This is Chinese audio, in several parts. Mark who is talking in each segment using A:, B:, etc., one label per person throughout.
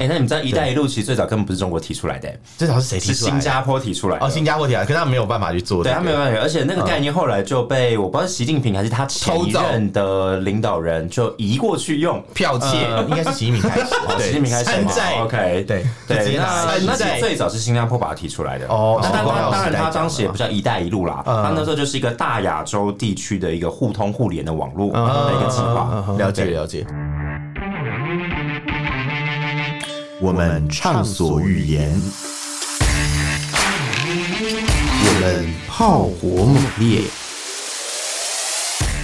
A: 哎、那你知道“一带一路”其实最早根本不是中国提出来的、哎
B: 这条是谁提
A: 是
B: 出来的？
A: 新加坡提出来的。
B: 哦，新加坡提出来，可他没有办法去做这
A: 对
B: 个、
A: 他没有办法，而且那个概念后来就被我不知道是习近平还是他前一任的领导人就移过去用。哦
B: 剽窃，呃应该是习近平 开始，哦对
A: 习近平开始
B: 山
A: 嘛哦
B: 寨
A: ，OK，
B: 对就直
A: 对，
B: 接拿
A: 那
B: 山
A: 那其
B: 寨
A: 实最早是新加坡把它提出来的
B: 哦
A: 那当
B: 哦
A: 然，当
B: 时代
A: 然它
B: 讲
A: 当时也
B: 了
A: 不叫“一带一路”啦，
B: 嗯
A: 它那时候就是一个大亚洲地区的一个互通互联的网络
B: 嗯
A: 的一个计划。
B: 啊了解了解。我们畅所欲言，我们炮火猛烈，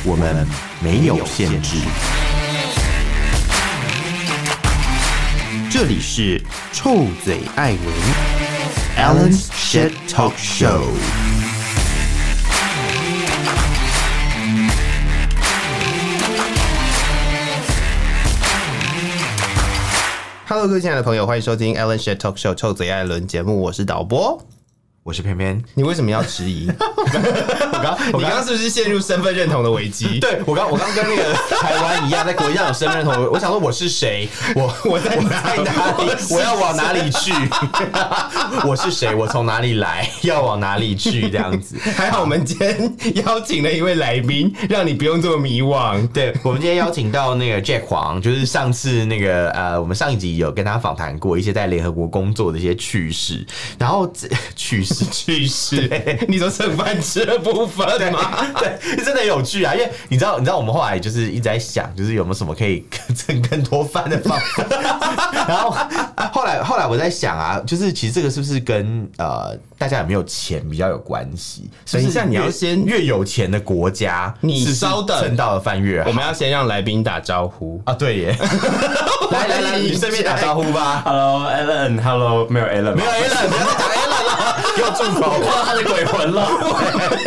B: 我们没有限制。这里是臭嘴艾文 Alan's Shit Talk Show。Hello，各位亲爱的朋友，欢迎收听 Alan Shit Talk Show 臭嘴艾伦节目，我是导播。
C: 我是偏 偏。
B: 你为什么要 迟疑？我刚，你刚刚是不是陷入身份认同的危 机？
C: 对我刚我刚跟那个台湾一样，在国际上有身份认同。我想说我是谁，我
B: 我在
C: 我在哪里，我要往哪里去？ 我是谁？我从哪里来？要往哪里去？这样子。
B: 还好我们今天邀请了一位来宾，让你不用这么迷惘。
C: 对我们今天邀请到那个 Jack 黄，就是上次那个呃，我们上一集有跟他访谈过一些在联合国工作的一些趣事，然后这 趣事趣 事，
B: 你说剩饭吃的部分吗？
C: 对，真的很有趣啊！因为你知道，你知道我们后来就是一直在想，就是有没有什么可以 挣更多饭的方法。 然后后来后来我在想啊，就是其实这个是不是跟呃大家有没有钱比较有关系？是不是
B: 等一下你要
C: 越
B: 先
C: 越有钱的国家，
B: 你
C: 是不是
B: 稍等
C: 挣到的饭越好
B: 我们要先让来宾打招呼。
C: 啊？对 耶，来来 来，你顺便打招呼 吧。
B: 哦
A: Hello，Alan，Hello，没有 Alan，
C: 没有 A 了，不要再讲 A 了啦，给 我住口！
A: 我他的鬼魂了。
B: 我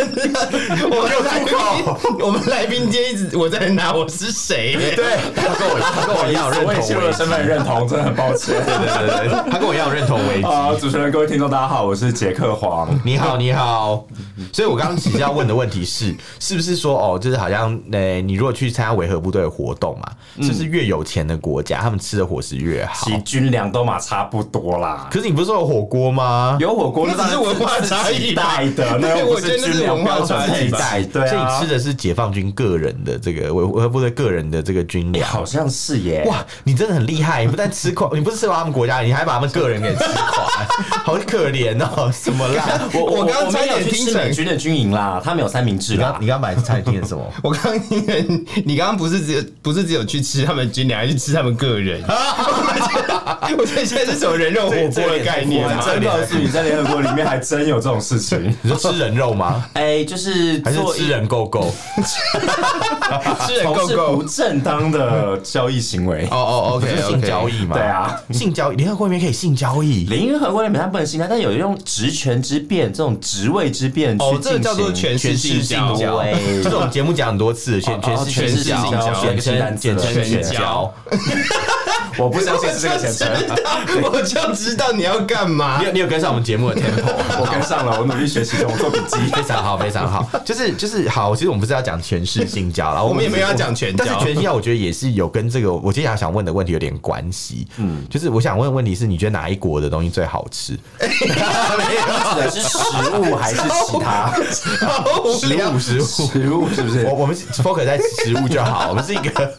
C: 们来宾
B: 我们来宾今天一直我在拿我是谁？
C: 对，他跟我他跟 我一样有哦认
A: 我也
C: 同
A: 陷入了
C: 危机
A: 身。份认同，真的很抱歉。
C: 对对对对，他跟我一样有认同 危机。
A: 啊，主持人、各位听众，大家好，我是杰克黄。
C: 你好，你好。所以我刚刚其实要问的问题是， 是不是说哦，就是好像呃、你如果去参加维和部队的活动嘛，是不是越有钱的国家，他们吃的伙食越好
A: 其？实军粮都嘛差不多啦，
C: 可是你不是说有火锅吗？
A: 有火锅
B: 那只是文化差异吧
A: 带 的，那
B: 对
A: 又不
B: 我觉得那是
A: 军粮
B: 文化
A: 标准
B: 差异
A: 自己
B: 吧
A: 带，对
C: 所以
A: 啊
C: 你吃。的是解放军个人的这个维维和部队个人的这个军
A: 哎
C: 粮。
A: 好像是耶！哇，
C: 哇，你真的很厉害！你不但吃垮， 你不是吃垮他们国家，你还把他们个人给吃 垮，好可怜哦！什么啦？
A: 我
B: 我刚
A: 没
B: 刚差
A: 有
B: 点
A: 去
B: 听
A: 吃
B: 成
A: 美军的军营啦，他们有三明治
C: 你
A: 啦
C: 刚。你刚买餐厅的什么？。
B: 我刚刚因为你刚刚不是只有不是只有去吃他们军粮，还去吃他们个人。我觉得现在是什么人肉火锅的概念
A: 我
B: 啊？
A: 真告诉你，在联合国里面还真有这种事情
C: 你说吃人肉吗？
A: 哎，就是啊
C: 还是
A: 做
C: 吃人狗狗？
B: 吃人够
A: 从事不
B: 够。
A: 正当的交易行为。
B: 哦哦，OK，
C: 就是性交易嘛？
A: 对啊，
C: 性交易，联合国里面可以性交易。
A: 联合国里面它不能性交，但有用职权之便、这种职位之便去
B: 哦，
A: 进行
B: 这个叫做全
C: 全
B: 是
C: 是
B: 性
C: 性
B: 交。
C: 交，
A: 喂
C: 这种节目讲很多次，全全
A: 哦
C: 是
A: 全是性交
C: 简称简称
B: 全
C: 全
B: 交
C: 交。
A: 我不相信是这个前程。
B: 我就知道你要干嘛
C: 你。有你有跟上我们节目的 tempo，
A: 我跟上了，我努力学习中，我做笔记。
C: 非常好，非常好，就是就是好。其实我们不是要讲全是性交啦，然后
B: 我们也没有要讲全交
C: 但是全性交我觉得也是有跟这个我接下来想问的问题有点关系。嗯，就是我想问的问题是，你觉得哪一国的东西最好吃？
A: 指的是食物还是其他？
C: 食物，食物。
A: 食物是不是
C: 我？我们 focus 在食物就好，我们是一个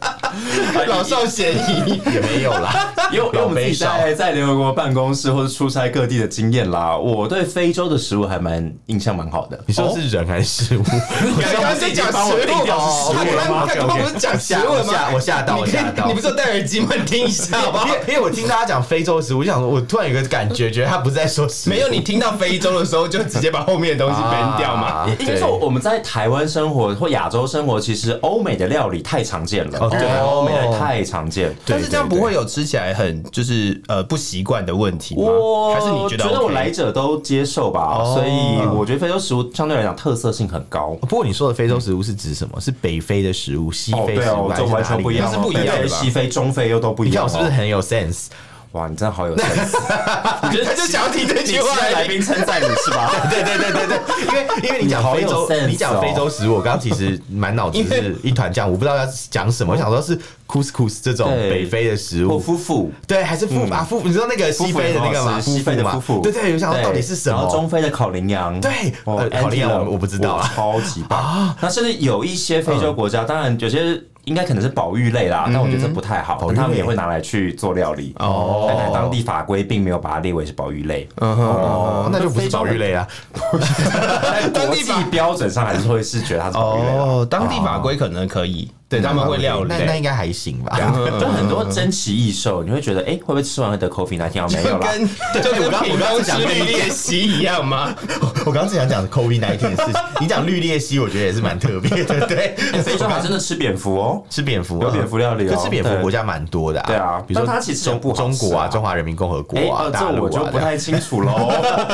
B: 老少咸宜。
C: 也没有啦，
A: 因为因为我
C: 老
A: 们自
C: 悲
A: 己
C: 伤。
A: 在在联合国办公室或者出差各地的经验啦，我对非洲的食物还蛮印象蛮好的。哦
C: 你说是人还是食物？
B: 哦你刚刚在讲食物
C: 哦
B: 他刚刚
C: ，OK，OK，OK
B: 刚刚不是讲食物吗？
C: 吓我吓到我
B: 你可以
C: 吓到
B: 你不是有戴耳机吗？你听一下好不好
C: 因？为因为我听大家讲非洲食物，我就想说，我突然有个感觉，觉得他不是在说食物
B: 没有，你听到非洲的时候就直接把后面的东西 ban 掉嘛。
C: 啊
A: 应该
C: 对
A: 说我们在台湾生活或亚洲生活，其实欧美的料理太常见了，
C: 哦对
A: 欧美的太常见。
C: 对
B: 但是这样
C: 对
B: 不
C: 对
B: 会有吃起来很就是呃不习惯的问题吗？
A: 我
B: 还是你
A: 觉哦
B: 觉得 OK？
A: 我来者都接受吧，所以我觉得非洲食物相对来讲特色性很高。
C: 不过你说的非洲食物是指什么？是北非的食物、西
A: 哦，
C: 非
A: 对
C: 食物
A: 哦，
C: 还
A: 这
C: 是
A: 完
C: 哪
A: 全
C: 里
A: 不一
C: 的？
A: 样哦，
B: 那是不一样的吧
A: 北非西非、中非又都不一
C: 你看
A: 样
C: 我
A: 哦。
C: 是不是很有 sense？
A: 哇，你真的好 有 sense！
B: 你就就想要听这
A: 你
B: 句
A: 期
B: 话
A: 待来
B: 而已，
A: 宾称赞你是吧？
C: 对对对对对，因为因为你讲非
A: 你好
C: 洲
B: 哦
A: 有 sense，
C: 你讲非洲食物，我刚刚其实满脑子是一团浆，我不知道要讲什么，我想说是 couscous 这种
A: 对
C: 北非的食
A: 我
C: 夫
A: 夫妇，
C: 对，还是夫
A: 嗯
C: 啊夫，你知道那个西非的那个吗？
A: 西非
C: 夫
A: 的
C: 嘛
A: 夫妇，
C: 对对，我想说到底是什
A: 然
C: 么？
A: 后中非的烤羚羊，
C: 对呃烤羚羊
A: antelope，
C: 我我不知道啊啊嗯
A: 超级棒那甚至有一些非洲国家，当然有些应该可能是保育类啦，但我觉得这不太好，
C: 育
A: 但
C: 类
A: 他们也会拿来去做料理。
C: 哦
A: 但可能当地法规并没有把它列为是保育类，
C: 哦，那就不是保育类啊。
A: 但国际标准上还是会是觉得它是保育类啦。
B: 哦，当地法规可能可以，对他们会料理
C: 那。那应该还行吧。
A: 就很多珍奇异兽，你会觉得，哎、会不会吃完会得 COVID 那天啊？没
B: 就
A: 有 啦，
B: 跟就
C: 对我
B: 跟
C: 刚
B: 屏
C: 我刚
B: 东
C: 是
B: 吃
C: 想跟
B: 绿
C: 你
B: 鬣蜥一样吗？
C: 我刚刚只想讲 COVID 那一天的 事情，你讲绿鬣蜥，我觉得也是蛮特别的，对。
A: 诶哎非洲还真的吃蝙蝠哦。
C: 吃蝙蝠啊，
A: 有蝙蝠料理哦
C: 可吃蝙蝠国家蛮多的，
A: 对啊
C: 比如说
A: 但它其实
C: 中
A: 也不好
C: 中
A: 吃啊
C: 国啊，中华人民共和
A: 哎、
C: 国啊，
A: 哦，
C: 大
A: 这
C: 陆
A: 我
C: 啊
A: 就不
C: 这样
A: 太清楚喽。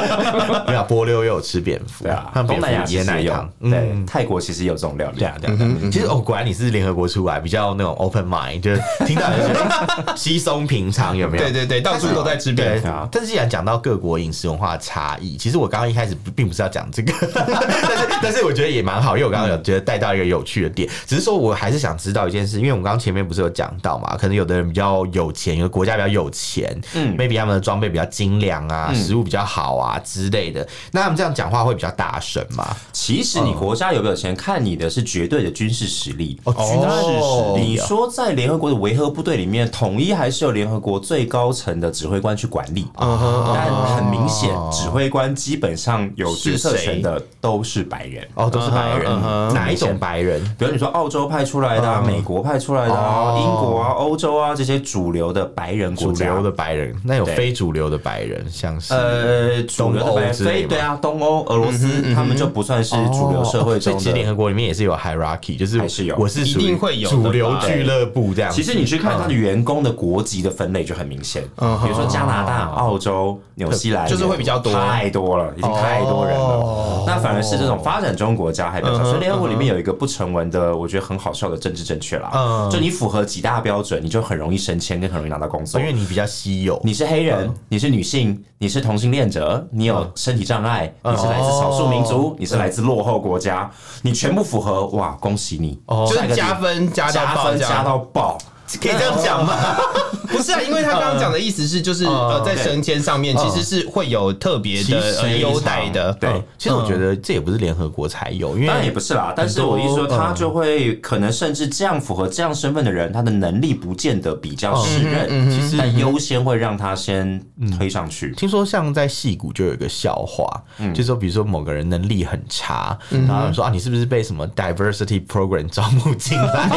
C: 没有，波溜也有吃蝙蝠，
A: 对啊，
C: 像
A: 东
C: 蝙
A: 南亚
C: 蝠
A: 其
C: 椰
A: 实也
C: 奶嗯
A: 有
C: 糖，，
A: 对，泰国其实也有这种料理。
C: 对啊，对啊，对啊其实哦，果然你是联合国出来，比较那种 open mind，就是听到你就觉得稀松平常，有没有？
B: 对对对，到处都在吃蝙
C: 对
B: 蝠。
A: 啊，
C: 但是既然讲到各国饮食文化差异，其实我刚刚一开始不并不是要讲这个， 但是但是我觉得也蛮好，因为我刚刚有觉得带到一个有趣的点，只是说我还是想知道一件事，因为我们刚刚前面不是有讲到嘛，可能有的人比较有钱，有的国家比较有钱，嗯，maybe 他们的装备比较精良啊，食物比较好啊之类的，那他们这样讲话会比较大声嘛？
A: 其实你国家有没有钱，看你的是绝对的军事实力。
C: 哦，军事实
A: 你
C: 力啊。
A: 说在联合国的维和部队里面，统一还是由联合国最高层的指挥官去管理。
C: 哦
A: 但很明显，指挥官基本上有决策权的都是白人。
C: 哦，都是白人
B: 嗯哼
C: 哪一种白人？
A: 比如你说澳洲派出来的、啊、美国派出来的、啊、
C: 嗯哦
A: 英国啊、欧洲啊这些主流的白人国
C: 主
A: 家，
C: 流的白人，那有
A: 对
C: 非主流的白人，像是
A: 呃，主流的白人
C: 东欧之类
A: 非
C: 吗嗯
A: 对啊，东欧、俄罗斯，他们就不算是主流社会
C: 哦所
A: 中
C: 以其实联
A: 的。
C: 合国里面也是有 hierarchy，就是
A: 还是有
C: 我是属于
B: 一定会有的吧
C: 主流俱乐部这样子。
A: 其实你去
B: 嗯
A: 看他的员工的国籍的分类就很明显，比如说加拿大、澳洲、纽西兰，
B: 哦就是会比较多
A: 太多了，已经太多人
C: 哦
A: 了。那反而是这种发展中国家还
B: 嗯
A: 比较少，所以联合国里面有一个不成文的，我觉得很好笑的政治正确啦
C: 嗯，
A: 就你符合几大标准，你就很容易升迁，跟很容易拿到工
C: 哦
A: 作
B: 嗯
C: 因。为你比较稀有，
A: 你是黑人，你是女性，你是同性恋者，你有身体障碍，
B: 嗯
A: 你是来自少数民族，
B: 哦
A: 你是来自落后国家，你全部符合，哇，恭喜你！
C: 哦
B: 就
A: 下一
B: 是
A: 个
B: 加分加到
A: 加
B: 爆
A: 分
B: 这
A: 加
B: 样，
A: 到爆，
C: 可以这样讲吗？ 哦
B: 不是啊？因为他刚刚讲的意思是，就是呃，在升迁上面其实是会有特别的
C: 其实
B: 呃优待的，
A: 对
C: 嗯其实我觉得这也不是联合国才有，因
A: 当然也
C: 为
A: 不是啦，但是我一说，他就会可能甚至这样符合这样身份的人，他的能力不见得比较适
C: 嗯
A: 任，其实但优先会让他先推上去。嗯
C: 听说像在戏骨就有一个笑话，就说比如说某个人能力很差，然后有人说啊你是不是被什么 diversity program 招募 进来？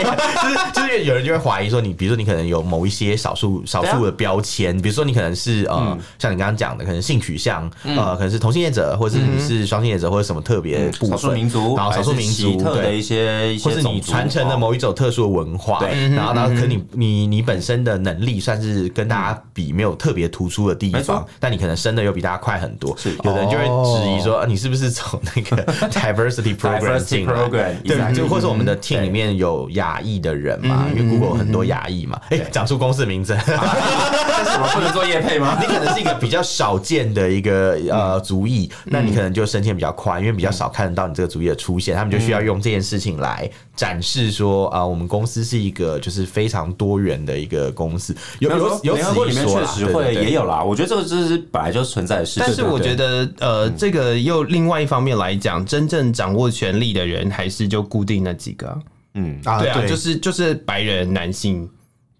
C: 就是就是有人就会怀疑说你，比如说你可能有某一些少数少
A: 啊
C: 数的标签，比如说你可能是
A: 嗯
C: 呃像你刚刚讲的，可能性取向呃可能是同性恋者，或者是你是双性恋者，或者什么特别的部
A: 嗯少
C: 分，
A: 数民族，
C: 嗯然后少数民
A: 还是奇
C: 族
A: 特的
C: 对
A: 一些一些
C: 或是
A: 种
C: 你
A: 族哦
C: 传承的某一种特殊的文化，
A: 对嗯
C: 然后然后可你你你本身的能力算是跟大家比没有特别突出的地
A: 没
C: 方
A: 错，
C: 但你可能升的又比大家快很多，有的人就会质疑说，啊你是不是从 那个 diversity program
A: Diversity
C: 进来
A: program，一嗯来
C: 对，就或者我们的
A: 对
C: team 里面有亚裔的人嘛，
A: 嗯
C: 因为 Google 很多亚裔嘛，哎，讲出公司的名字，
A: 但是我不能做业配吗？
C: 你可能是一个比较少见的一个呃族裔，那你可能就升迁比较快，因为比较少看得到你这个族裔的出现，他们就需要用这件事情来展示说啊、我们公司是一个就是非常多元的一个公司，有有有
A: 联合
C: 此
A: 国
C: 一
A: 里面
C: 说
A: 确
C: 啦
A: 实
C: 对
A: 会
C: 对对
A: 也有啦，我觉得这个就是本来就存在的事情。
B: 但是我觉
A: 得
B: 得，呃，
C: 嗯
B: 这个又另外一方面来讲，真正掌握权力的人还是就固定那几个啊，
C: 啊
A: 嗯
B: 对啊，
C: 对
B: 就是就是白人男性，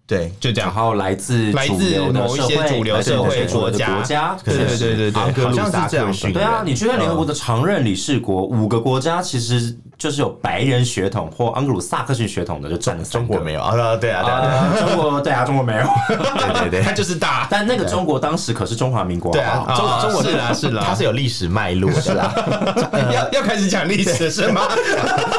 C: 对。
B: 就这
A: 然
B: 样。
A: 后来自
B: 来自
A: 主流的
B: 某一些
A: 社会
B: 主流
A: 来自
B: 社
A: 某
B: 会
A: 些主流
B: 国
A: 的
B: 家
A: 国家，
B: 对
A: 确
B: 对
A: 实
B: 对对对，
C: 昂格
B: 好
C: 鲁
B: 像
C: 萨
B: 是这样
C: 克
B: 的
C: 逊。
A: 对啊，你去看联合国的常任理事国，五个国家其实就是有白人血统或盎格鲁撒克逊血统的，就占了三
C: 中
A: 个
C: 国没有啊，对啊，对啊，
A: 啊，中国对啊，中国没有，
C: 对对对
B: 他就是大，
A: 但那个中国当时可是中华民国，
C: 对
A: 好不好
C: 啊，
B: 啊
C: 中中国
B: 是啦是啦
C: 它是有历史脉络的啦，
B: 要要开始讲历史了是吗？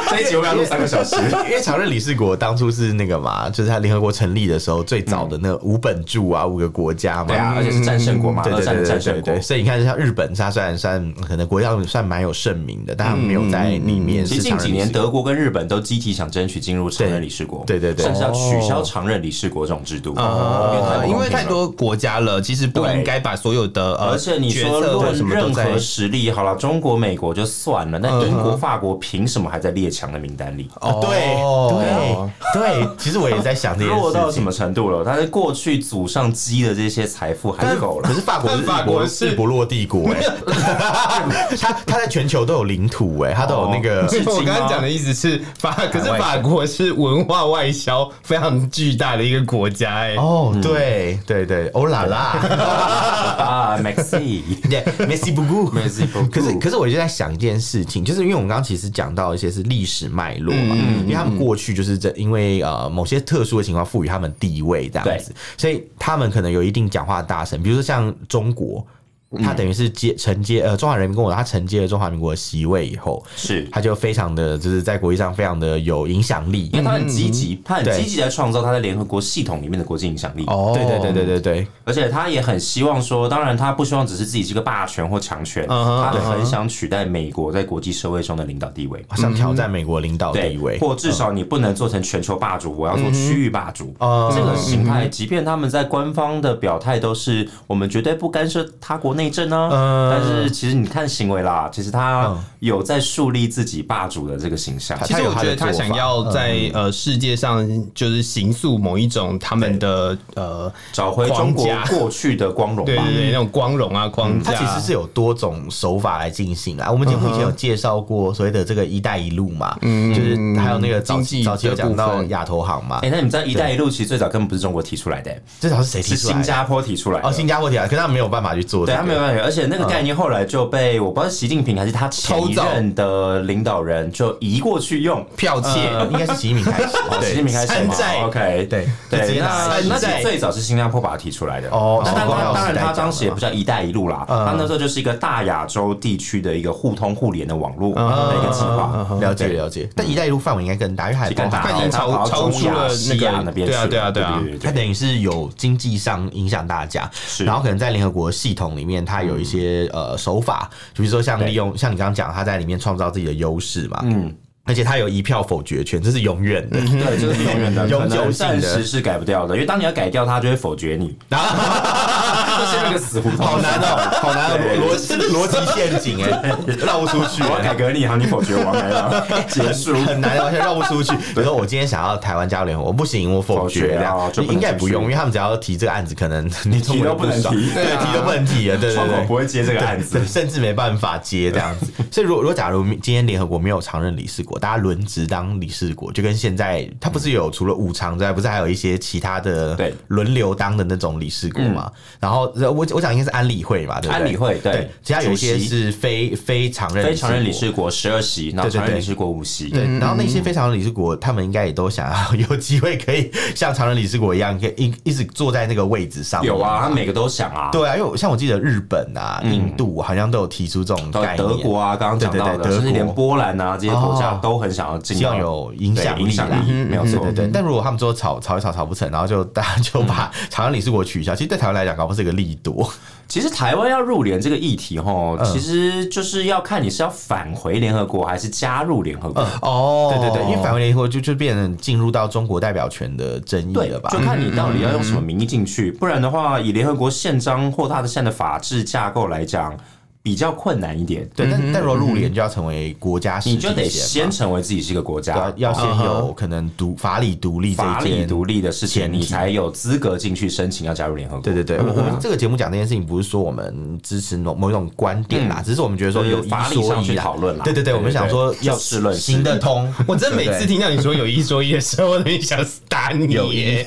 A: 这一集我们要录三个小时。
C: 因为常任理事国当初是那个嘛，就是他联合国成立的时候最早的那个五本柱啊，五个国家嘛，
A: 对啊，而且是战胜国嘛，
C: 对
A: 二
C: 对
A: 战
C: 对
A: 战
C: 对
A: 胜
C: 对
A: 国
C: 对，。所以你看，像日本，它虽然算可能国家算蛮有盛名的，但它没有在里面，
A: 其
C: 是
A: 实嗯近几年
C: 常任理事国
A: 德国跟日本都积极想争取进入常任理事国，
C: 对对对
A: 甚至要取消常任理事国这种制度，
B: 啊，因
A: 因
B: 为
A: 为
B: 太
A: 太多。
B: 多国家了，其实不
A: 对
B: 应该把所有的呃
A: 而且你
B: 决
A: 说
B: 策或者什
A: 论
B: 么都
A: 任
B: 在
A: 何实力，好了，中国、美国就算了，那英国、法国凭什么还在列强的名单里？
C: 哦
A: 哦
C: 对对对，其实我也在想这件
A: 弱到什
C: 事情。
A: 么程度了？他在过去祖上积的这些财富还够了
C: 可。是法国是
B: 但法
C: 法
B: 国
C: 国
B: 是
C: 是不落帝国哎、 他他在全球都有领土哎、他都有那个、
A: 至今吗
B: 我刚刚讲的意思是法，可是法国是文化外销非常巨大的一个国家、哎、
C: 哦，对对对，欧啦啦。
A: 啊，Maxi，
C: 对 Messi 不顾
A: Messi 不顾
C: 可是可是我就在想一件事情，就是因为我们刚刚其实讲到一些是历史脉络
A: 嗯
C: 嘛，因为他们过去就是这因为呃某些特殊的情况赋予他们地位这样子，所以他们可能有一定讲话大声，比如说像中国。
A: 嗯
C: 他等于是接承接呃中华人民共和国，他承接了中华民国的席位以后，
A: 是
C: 他就非常的就是在国际上非常的有影响力，
A: 因为他很积极，他很
C: 对
A: 积极在创造他在联合国系统里面的国际影响力。
B: 哦
C: 对对对对对对，
A: 而且他也很希望说，当然他不希望只是自己是个霸权或强权，
B: 嗯哼
A: 他很想取代美国在国际社会中的领导地位。
C: 想挑战美国领导
A: 对
C: 地位，，
A: 或至少你不能做成全球霸主，我要做区域霸主。
C: 呃嗯
A: 这个形态，即便他们在官方的表态都是我们绝对不干涉他国内政啊，
C: 嗯
A: 但是其实你看行为啦，其实他有在树立自己霸主的这个形象。
B: 其实我觉得他想要在呃世界上就是形塑某一种他们的呃，
A: 找回中国
B: 框架
A: 过去的光荣
B: 对
A: 吧
B: 对。对，那种光荣啊框
C: 它
B: 架，
C: 其实是有多种手法来进行啊啦。我们节目以前有介绍过所谓的这个“一带一路”嘛，
A: 嗯
C: 就是还有那个早
B: 经济
C: 期早期有讲
B: 的部
C: 到
B: 分
C: 亚投行嘛
A: 哎、，那你们知道“一带一路”其实最早根本不是中国提出来的、
C: 最早是谁提
A: 是
C: 出来的？
A: 新加坡提出来的。
C: 哦，新加坡提出来，可是他没有办法去做这
A: 对
C: 个，
A: 他没有办法，而且那个概念后来就被我不知道是习近平还是他前一
B: 偷走
A: 任的领导人就移过去用，
B: 剽窃、
C: 呃应该是习近平开 始，
A: 哦习
C: 对
A: 近平开始
B: 山
A: 嘛
B: 寨
A: ，OK，
C: 对就直
A: 对，
C: 接拿
A: 那
C: 山
A: 那其
C: 寨
A: 实最早是新加坡把它提出来的
C: 哦
A: 那但
C: 光
A: 他
C: 耀
A: 当
C: 时
A: 然
C: 代
A: 他
C: 讲嗯
A: 当
C: 的
A: 时也
C: 嘛
A: 不叫“一带一路”啦，他那时候就是一个大亚洲地区的一个互通互联的网络
C: 嗯
A: 的一个计划。
C: 了解了哦解。但“一带一路”范围应该更大，因为
A: 嗯
C: 还
A: 是更
C: 包
A: 大
C: 含
A: 的，
B: 它已经超
A: 它跑到
B: 超
A: 中
B: 出
A: 亚
B: 了
A: 西
B: 那个
A: 亚那边
B: 对啊
A: 去
B: 对啊
A: 了
B: 对
A: 对
B: 啊
A: 对
C: 它
A: 对
C: 等于是有经济上影响大家，
A: 是嗯
C: 然后可能在联合国系统里面，它有一些呃手法，就比如说像利用像你刚刚讲，它在里面创造自己的优势嘛，嗯，而且它有一票否决权，这是永远的，
A: 对，这是永远的，
C: 永
A: 可
C: 久
A: 能
C: 性
A: 暂
C: 的
A: 时是改不掉的，因为当你要改掉，它就会否决你， 这是那个死胡同，
C: 好难哦、 好难哦、
A: 对
C: 逻逻逻辑陷阱哎、绕不出 去、
A: 我要改
C: 欸。
A: 革你，好，你否决我没 了，结束。
C: 很难，完全绕不出去。比如说，我今天想要台湾加入联合国，我不行，我否
A: 否
C: 决
A: 决
C: 这样
A: 哦就不能
C: 应该
A: 进
C: 不
A: 去
C: 用，因为他们只要提这个案子，可能你中国人
A: 提都
C: 爽
A: 不能提
C: 对，提都不能提了，对对
A: 窗口
C: 对，
A: 不会接这个
C: 对
A: 案子
C: 对甚至没办法接 这样子。所以，如果如果假如今天联合国没有常任理事国，大家轮值当理事国，就跟现在它不是有除了五常之外，不是还有一些其他的
A: 对嗯
C: 轮流当的那种理事国嘛？然后我我讲应该是安理会嘛，对不对？
A: 安理会对
C: 对，其他有一些
A: 主席
C: 是非非常任
A: 非常任理
C: 国
A: 事嗯国十二席，然后
C: 对对
A: 常任
C: 对
A: 理事国五席，
C: 对，然后那些非常的理事国，他们应该也都想要 有机会可以像常人理事国一样，可以一一直坐在那个位置上。
A: 有啊，他每个都想啊，
C: 对啊，因为我像我记得日本啊、印度好像都有提出这种
A: 到
C: 概念，
A: 德国啊，刚刚讲到
C: 对对
A: 的，
C: 对
A: 甚至
C: 德
A: 连
C: 国
A: 波兰啊这些国家
C: 哦
A: 都很想要进
C: 希
A: 到，
C: 望有影响
A: 对影
C: 力
A: 响
C: 啦。嗯
A: 力，嗯没有错
C: 对，对，但如果他们说吵吵一吵吵不成，然后就大家就把常任理事国取消，其实对台湾来讲，搞不好是一个利多。
A: 其实台湾要入联这个议题，吼，
C: 嗯
A: 其实就是要看你是要返回联合国，还是加入联合国。
C: 嗯
B: 哦，
C: 对对对，因为返回联合国就就变成进入到中国代表权的争议
A: 对
C: 了吧？嗯
A: 就看你到底要用什么名义进去，不然的话，以联合国宪章或它的现在的法制架构来讲，比较困难一点。
C: 对，但但如果入联就要成为国家实
A: 嗯
C: 体
A: 你
C: 先
A: 就
C: 嘛，
A: 得先成为自己是一个国家
C: 要，要先
B: 嗯哼
C: 有可能独法理独立这一
A: 法理
C: 件
A: 独立的事情，
C: 前提
A: 你才有资格进去申请要加入联合国。
C: 对对对，我我们这个节目讲这件事情，不是说我们支持某某一种观点啦，只是我们觉得说有
A: 就是嗯
C: 一
A: 法理
C: 说
A: 上
C: 一
A: 去
C: 啦
A: 讨论啦
C: 对对对，我们想说要
A: 就事论事
C: 行得通。
B: 我真的每次听到你说有一说一的时候，我都很想打你
C: 有
B: 耶。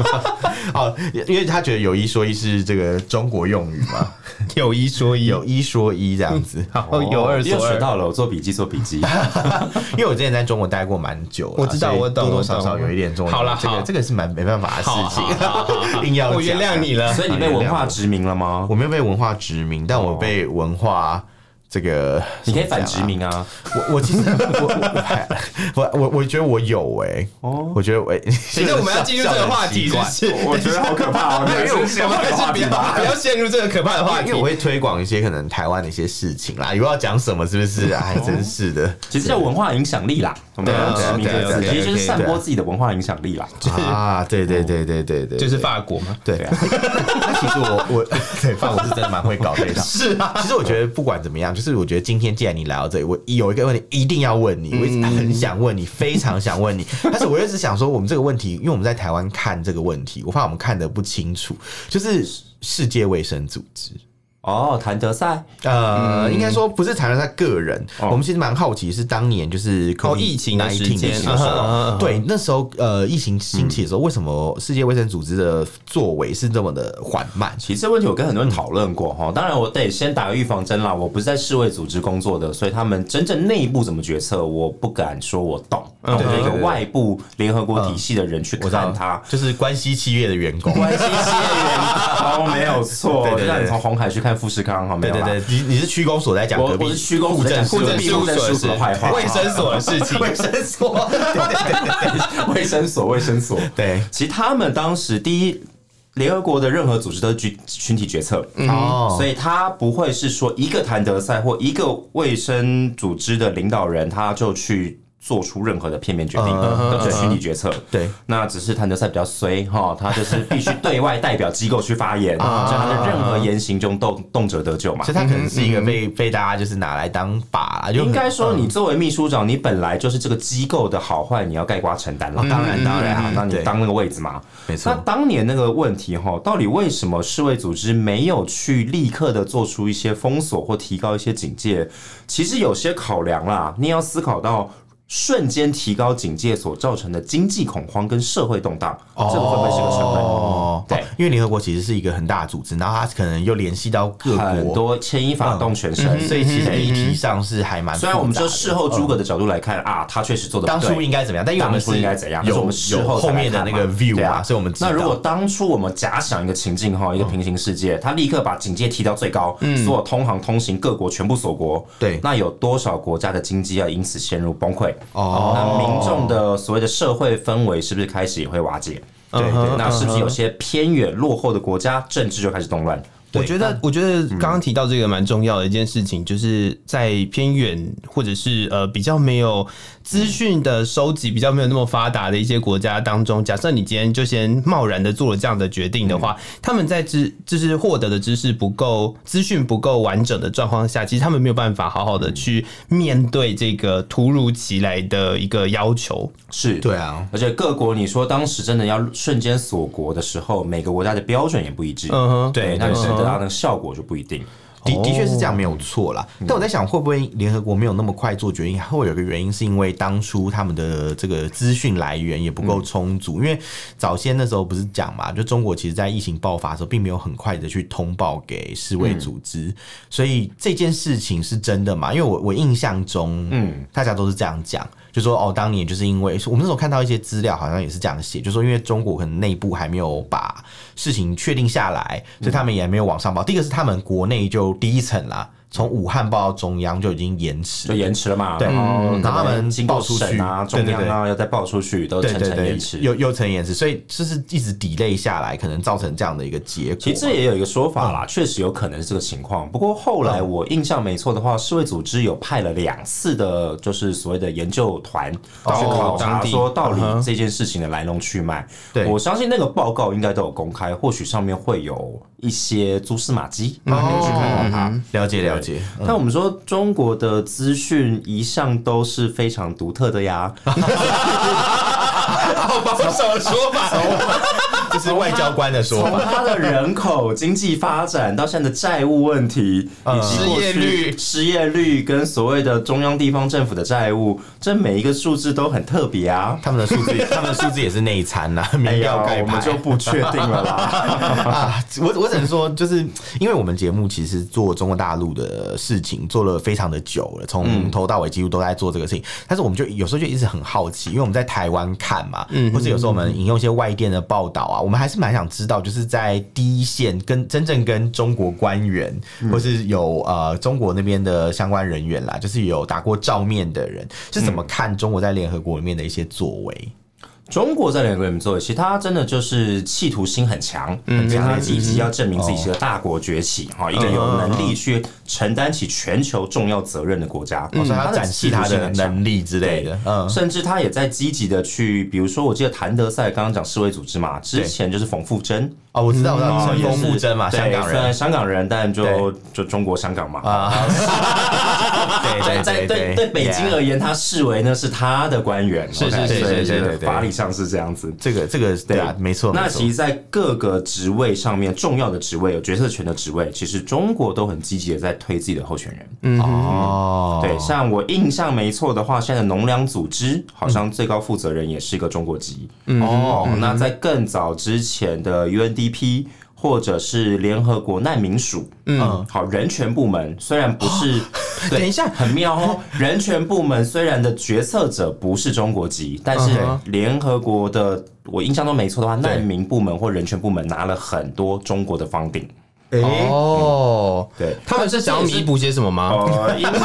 C: 哦，因为他觉得有一说一是这个中国用语 嘛，
B: 有一 说一，
C: 有一说一这样子。
B: 然后哦有二
A: 哦又
B: 说
A: 学
B: 二。
A: 到了，我做笔记做笔记。
C: 因为我之前在中国待过蛮久啦，
B: 我知道
C: 所以
B: 我懂
C: 多多
B: 我懂
C: 少少有一点中文。
B: 好啦
C: 这
B: 好
C: 个这个是蛮没办法的事
B: 好好
C: 情，硬要
B: 我原
C: 讲
B: 谅你了，
A: 所以你被文化殖民了吗？
B: 哦
C: 我没有被文化殖民，但我被文化这个
A: 你可以反殖民啊，
C: 我我其实 我我我我我觉得我有哎、
A: 哦
C: 我觉得我哎，
B: 等一下我们要进入这个话题，是不是？
A: 我觉得好可 怕哦，
B: 没
A: 这
B: 有，因为我
A: 个
B: 们
A: 是想法
B: 还是
A: 话
B: 不
A: 题
B: 要
A: 吧
B: 不要陷入这个可怕的话
C: 因
B: 题
C: 为。我会推广一些可能台湾的一些事情啦，以后要讲什么是不是？哎，真是的，
A: 其实叫文化影响力啦，我们
B: 对啊
A: 要殖民
B: 对啊
A: 这个
B: 对
A: 词，
B: 啊
A: 其实就是
B: 对啊
A: 散播自己的文化影响力啦。
C: 啊，对对对对对对，
B: 就是法国嘛，
C: 对啊。 那其实我我对法国是真的蛮会搞这一套。
B: 是啊，
C: 其实我觉得不管怎么样，就是我觉得今天既然你来到这里，我有一个问题一定要问你，我一直很想问你，非常想问你， 但是我一直想说，我们这个问题，因为我们在台湾看这个问题，我怕我们看的不清楚，就是世界卫生组织。
A: 哦，谭德赛，
C: 呃，应该说不是谈论他个人，
A: 哦
C: 我们其实蛮好奇是当年就是
B: 哦疫情的时
C: COVID-19
B: 间
C: 的时候
B: 嗯哼嗯哼
C: 对那时候呃疫情兴起的时候，为什么世界卫生组织的作为是这么的缓慢？
A: 其实这问题我跟很多人讨论过哈，当然我得先打个预防针啦，我不是在世卫组织工作的，所以他们真正内部怎么决策，我不敢说我懂，那我就一
C: 对
A: 个
C: 对对
A: 外部联合国体系的人去
C: 我知道
A: 看它。
C: 就是关系企业的员工。
A: 关系谢员工没有错，
C: 对对对
A: 就像你从红海去看富士康哈，没
C: 对
A: 有
C: 对
A: 啦。
C: 对，你你是区公所在讲
A: 我
C: 隔壁
A: 我是区公所在讲
C: 户
B: 户
C: 政
B: 政
C: 事
B: 事务
C: 务
A: 户
B: 所
A: 政事务所的坏话
B: 卫生所的事情，
C: 卫生所，对
A: 卫生所，卫生所。
C: 对对
A: 其实他们当时第一，联合国的任何组织都是群群体决策，
C: 对，哦
A: 所以他不会是说一个谭德赛或一个卫生组织的领导人他就去做出任何的片面决定，
C: 嗯
A: 都是群体决策。
C: 对，
A: 那只是谭德赛比较衰哈，他就是必须对外代表机构去发言，所以
C: 啊
A: 他的任何言行中动动辄得咎嘛
C: 所以。他可能是一个被被大家就是拿来当靶啦，就
A: 应该
C: 很
A: 说，你作为秘书长，你本来就是这个机构的好坏，你要盖瓜承担了。
C: 当然当然
A: 啊，那你
C: 嗯对
A: 当那个位置嘛。
C: 没错
A: 那。当年那个问题哈，到底为什么世卫组织没有去立刻的做出一些封锁或提高一些警戒？其实有些考量啦，你也要思考到。瞬间提高警戒所造成的经济恐慌跟社会动荡，这会不会是个成本？
C: 哦，
A: 对
C: 哦因为联合国其实是一个很大的组织，然后它可能又联系到各
A: 很
C: 国，
A: 多牵一
C: 嗯
A: 发动全身，
C: 所以其实议题上是还蛮复
A: 虽
C: 杂的。
A: 然我们就事后诸葛的角度来看啊，他确实做的
C: 嗯当初应该怎么样，但因为我们
A: 当初
C: 是
A: 应该怎样但是我
C: 有
A: 们事
C: 有
A: 后才
C: 后
A: 来
C: 面的
A: 看
C: 那
A: 嘛
C: 个 view
A: 对
C: 啊，
A: 啊
C: 所以我们知
A: 那如
C: 道
A: 果当初我们假想一个情境哈，一个平行世界，他立刻把警戒提到最高，所有通航通行各国全部锁国，
C: 对
A: 那有多少国家的经济啊要因此陷入崩溃？
C: 哦
A: 那民众的所谓的社会氛围是不是开始也会瓦解？
C: 对对
B: 嗯哼
A: 那是不是有些偏远落后的国家政治就开始动乱？
B: 我觉得，我觉得刚刚提到这个蛮重要的一件事情，就是在偏远或者是呃比较没有资讯的收集、比较没有那么发达的一些国家当中，假设你今天就先贸然的做了这样的决定的话，他们在知就是获得的知识不够、资讯不够完整的状况下，其实他们没有办法好好的去面对这个突如其来的一个要求。
A: 是
C: 对啊，
A: 而且各国，你说当时真的要瞬间锁国的时候，每个国家的标准也不一致。
B: 嗯哼
A: 对，那你
C: 对
A: 能得到那个效果就不一定。
C: 的的确是这样，没有错啦。但我在想，会不会联合国没有那么快做决定？会有一个原因，是因为当初他们的这个资讯来源也不够充足。因为早先那时候不是讲嘛，就中国其实在疫情爆发的时候，并没有很快的去通报给世卫组织，所以这件事情是真的嘛？因为我我印象中，嗯，大家都是这样讲，就说哦，当年就是因为我们那时候看到一些资料，好像也是这样写，就说因为中国可能内部还没有把事情确定下来，所以他们也没有往上报。第一个是他们国内就第一层啦，从武汉报到中央就已经延迟
A: 就。延迟了嘛，
C: 对嗯
A: 然
C: 然
A: 后
C: 后他
A: 他
C: 们
A: 们经过
C: 报出去
A: 审啊、
C: 对
A: 中
C: 对
A: 央啊，要再报出去，都
C: 对
A: 层
C: 对
A: 层
C: 对
A: 延，迟。
C: 又又层延迟，所以就是一直 delay 下来，可能造成这样的一个结果。
A: 其实这也有一个说法
C: 嗯
A: 啦，确实有可能是这个情况。不过后来我印象没错的话，世卫组织有派了两次的，就是所谓的研究团去
C: 哦
A: 考
B: 当
A: 察，
B: 地
A: 说到底
B: 嗯哼
A: 这件事情的来龙去脉。
C: 对
A: 我相信那个报告应该都有公开，或许上面会有一些蛛丝马迹，
C: 嗯
A: 可以去看到它。
C: 了解了解，
A: 但我们说中国的资讯一向都是非常独特的 呀，
B: 好保守的说 法，
C: 这是外交官的说
A: 从
C: 法。
A: 它的人口、经济发展到现在的债务问题，以及过去
B: 失业率
A: 失业率跟所谓的中央地方政府的债务，这每一个数字都很特别啊。
C: 他们的数字，他们的数字也是内参呐，民调
A: 哎
C: 盖
A: 呀我
C: 牌
A: 们就不确定了啦。
C: 啊，我我只能说，就是因为我们节目其实做中国大陆的事情做了非常的久了，
A: 嗯
C: 从头到尾几乎都在做这个事情。但是我们
A: 嗯
C: 就有时候就一直很好奇，因为我们在台湾看嘛，或者有时候我们引用一些外电的报道啊，我我们还是蛮想知道，就是在第一线跟真正跟中国官员，
A: 嗯
C: 或是有呃中国那边的相关人员啦，就是有打过照面的人，是怎么
A: 嗯
C: 看中国在联合国里面的一些作为？
A: 中国在联合国里面作为，其实他真的就是企图心很强，很强，他自己是要证明自己是个大国崛起哈，一个有能力去承担起全球重要责任的国家，
C: 哦所以
A: 嗯他
C: 他展示他的能力之类的，嗯
A: 嗯，，甚至他也在积极的去，比如说，我记得谭德赛刚刚讲世卫组织嘛，之前就是冯富珍，
C: 哦，我知道，我知道，
A: 哦
C: 陈
A: 也
C: 功
A: 是
C: 不争嘛，
A: 对
C: 香港
A: 虽然
C: 人
A: 香港人，但就
C: 对
A: 就中国香港嘛。
C: 啊，
A: 在
C: 对
A: 在 对对北京而言，他视为那是他的官员，
B: 是
A: OK，
B: 是是
A: 所以
B: 是
C: 是
A: 这个
C: 对对
A: 法理上是这样子。
C: 这个这个对啊，没错，
A: 那
C: 没错
A: 其实，在各个职位上面，重要的职位有决策权的职位，其实中国都很积极的在推自己的候选人。
C: 哦，
A: 对，像我印象没错的话，现在的农粮组织好像最高负责人也是一个中国籍。
B: 嗯
A: 哦，那在更早之前的 UNDP。或者是联合国难民署，嗯，好，人权部门虽然不是，对
B: 哦等一下
A: 很妙哦，人权部门虽然的决策者不是中国籍，但是
B: 嗯
A: 联合国的我印象中没错的话，难民部门或人权部门拿了很多中国的方顶，
C: 哎
B: 哦，
A: 对，
B: 他们是想要弥补些什么吗？
A: 呃，应该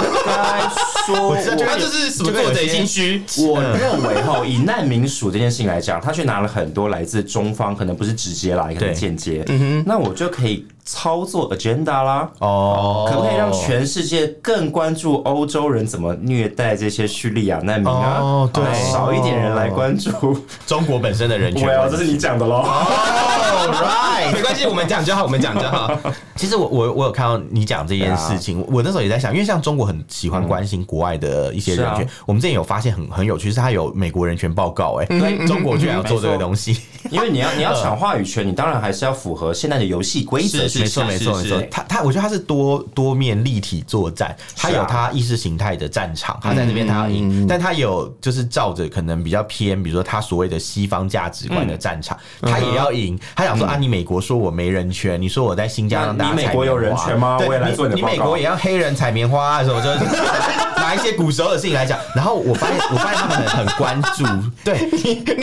A: 说，
C: 我知道就
B: 他哦就是什么做贼心虚，
A: 我认为哈，以难民署这件事情来讲，他却拿了很多来自中方，可能不是直接啦，也可能
C: 对嗯
A: 间接。那我就可以操作 agenda 啦，
C: 哦，
A: 可不可以让全世界更关注欧洲人怎么虐待这些叙利亚难民啊？
C: 哦对哦
A: 来少一点人来关注。
C: 中国本身的人权哎
A: 哇，
C: 问
A: 这
C: 题？
A: 是你讲的喽。
C: 哦
B: All right，没关系，我们讲就好，我们讲就 好。
C: 其实我我我有看到你讲这件事
A: 啊
C: 情，我那时候也在想，因为像中国很喜欢关心国外的一些人
A: 是
C: 权，
A: 啊
C: 我们之前有发现很很有趣，是它有美国人权报告、欸，哎、
A: 对
C: 中国居然有做这个
A: 嗯没错
C: 东西，
A: 因为你要你
C: 嗯
A: 要抢话语权，你当然还是要符合现在的游戏规则。
B: 是
C: 没错没错
B: 是
C: 没错
B: 是，
C: 他他我觉得他是多多面立体作战，他
A: 是啊嗯
C: 有他意识形态的战场，他在那边他要赢，但他有就是照着可能比较偏，比如说他所谓的西方价值观的战场，
A: 嗯
C: 他也要赢，他想说啊，你美国说我没人权，你说我在新疆
A: 那
C: 让大
A: 嗯
C: 家
A: 你美
C: 采
A: 国有
C: 棉花
A: 人权吗
C: 对
A: 我也来
C: 你
A: 做你的
C: 你
A: 报
C: 美
A: 告
C: 国也让黑人采棉花啊什么，就是拿一些古时候的事情来讲，然后我发现我发现他们很很关 注，对，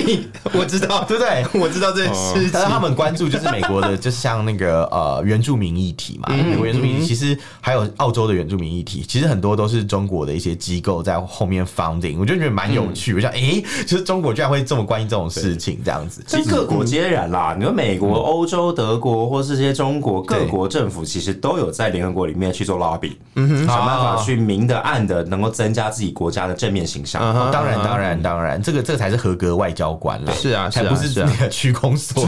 B: 你我知道，
C: 对不对？哦
B: 我知道这件事情
C: 但是他们关注就是美国 的，就是像那个呃原住民议题嘛，美国原住民议题其实还有澳洲的原住民议题，其实很多都是中国的一些机构在后面 founding，我就觉得蛮有趣。我想，诶，就是中国居然会这么关心这种事情，这样子。
A: 这各国皆然啦，你说美国、欧洲、德国，或是这些中国各国政府，其实都有在联合国里面去做 lobby，想办法去明的暗的，能够增加自己国家的正面形
B: 嗯
A: 象。
C: 哦当然，当然，当然，这个这个才是合格外交官啦，
B: 啊是啊
C: 才
B: 是啊
C: 不是
B: 是啊
C: 那个区公 所。